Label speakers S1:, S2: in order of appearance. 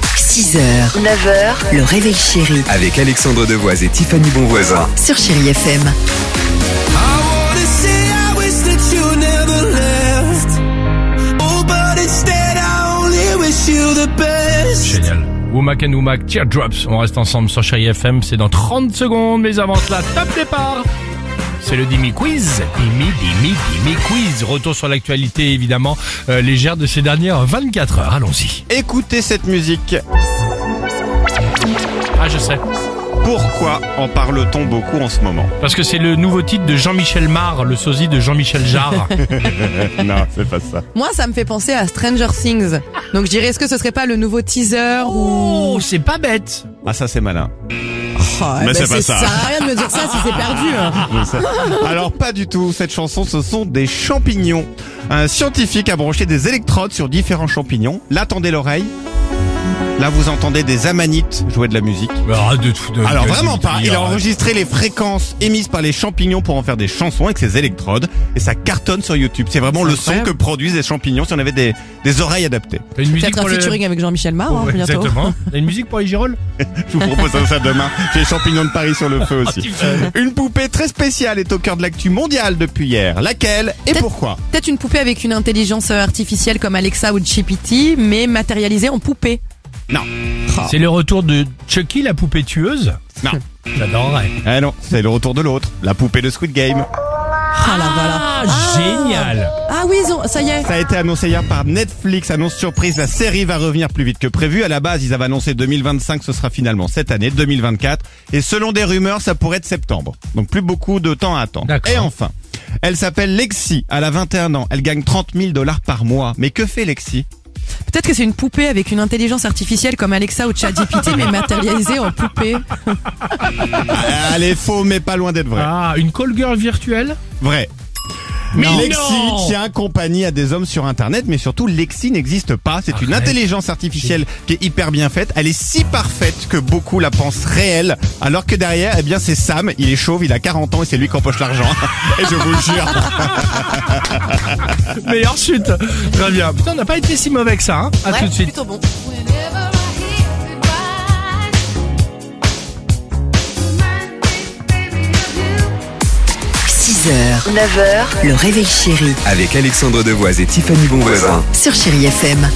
S1: 6h, 9h, le réveil chéri
S2: Avec Alexandre Devoise et Tiffany Bonvoisin.
S1: sur Chéri FM.
S3: I wanna say I wish that you never left. Oh, but instead I only wish you the best.
S4: Génial. Womack and Womack, Teardrops. On reste ensemble sur Chéri FM. C'est dans 30 secondes, mais avant cela, top départ. C'est le Dimi Quiz. Dimi, Dimi, Dimi Quiz. Retour sur l'actualité, évidemment, euh, légère de ces dernières 24 heures. Allons-y.
S5: Écoutez cette musique.
S4: Ah, je sais.
S5: Pourquoi en parle-t-on beaucoup en ce moment
S4: Parce que c'est le nouveau titre de Jean-Michel Mar, le sosie de Jean-Michel Jarre.
S5: Non, c'est pas ça.
S6: Moi, ça me fait penser à Stranger Things. Donc, je dirais, est-ce que ce serait pas le nouveau teaser ou...
S4: oh, c'est pas bête.
S5: Ah, ça c'est malin.
S6: Oh, eh
S5: Mais
S6: ben,
S5: c'est pas
S6: Ça
S5: ça.
S6: sert à rien de me dire ça si c'est perdu. hein.
S5: Alors pas du tout. Cette chanson, ce sont des champignons. Un scientifique a branché des électrodes sur différents champignons. Là, tendez l'oreille. Là, vous entendez des amanites jouer de la musique.
S4: Ah, de tout- de-
S5: Alors
S4: de-
S5: vraiment
S4: de-
S5: pas.
S4: de-
S5: Il a enregistré les fréquences émises par les champignons pour en faire des chansons avec ses électrodes. Et ça cartonne sur YouTube. C'est vraiment le son
S4: incroyable.
S5: que produisent les champignons si on avait des, des oreilles adaptées.
S4: T'as une musique
S6: Peut-être
S4: pour
S6: un
S4: le...
S6: featuring avec Jean-Michel Marc hein,
S4: Ouais,
S6: bientôt.
S4: exactement. T'as une musique pour les girolles
S5: Je vous propose ça demain. J'ai les champignons de Paris sur le feu aussi. Euh, Une poupée très spéciale est au cœur de l'actu mondiale depuis hier. Laquelle et
S6: Peut-être-
S5: pourquoi
S6: Peut-être une poupée avec une intelligence artificielle comme Alexa ou GPT, mais matérialisée en poupée.
S5: Non.
S4: C'est le retour de Chucky, la poupée tueuse.
S5: Non.
S4: J'adorerais.
S5: Ah non, c'est le retour de l'autre. La poupée de Squid Game.
S6: Ah, là, voilà.
S4: Ah, génial
S6: Ah oui, ils ont- ça y est.
S5: Ça a été annoncé hier par Netflix. Annonce surprise, la série va revenir plus vite que prévu. À la base, ils avaient annoncé 2025, ce sera finalement cette année, 2024. Et selon des rumeurs, ça pourrait être septembre. Donc plus beaucoup de temps à attendre.
S4: D'accord.
S5: Et enfin, elle s'appelle Lexi. Elle a 21 ans. Elle gagne 30 000 dollars par mois. Mais que fait Lexi
S6: Peut-être que c'est une poupée avec une intelligence artificielle comme Alexa ou ChatGPT, mais matérialisée en poupée.
S5: Elle est faux, mais pas loin d'être vraie.
S4: Ah, une call girl virtuelle
S5: Vrai.
S4: Mais
S5: Lexi
S4: non
S5: tient compagnie à des hommes sur internet, mais surtout Lexi n'existe pas. C'est une
S4: Arrête.
S5: intelligence artificielle qui est hyper bien faite. Elle est si parfaite que beaucoup la pensent réelle, alors que derrière, eh bien, c'est Sam. Il est chauve, il a 40 ans et c'est lui qui empoche l'argent. et je vous jure.
S4: Meilleure chute Très bien. Putain, on n'a pas été si mauvais que ça, hein À tout de suite.
S6: bon.
S7: Whenever I hear goodbye, remind me, baby, of you.
S1: 6h, 9h, le réveil chéri
S2: Avec Alexandre Devoise et Tiffany Bonvoisin.
S1: sur Chéri FM.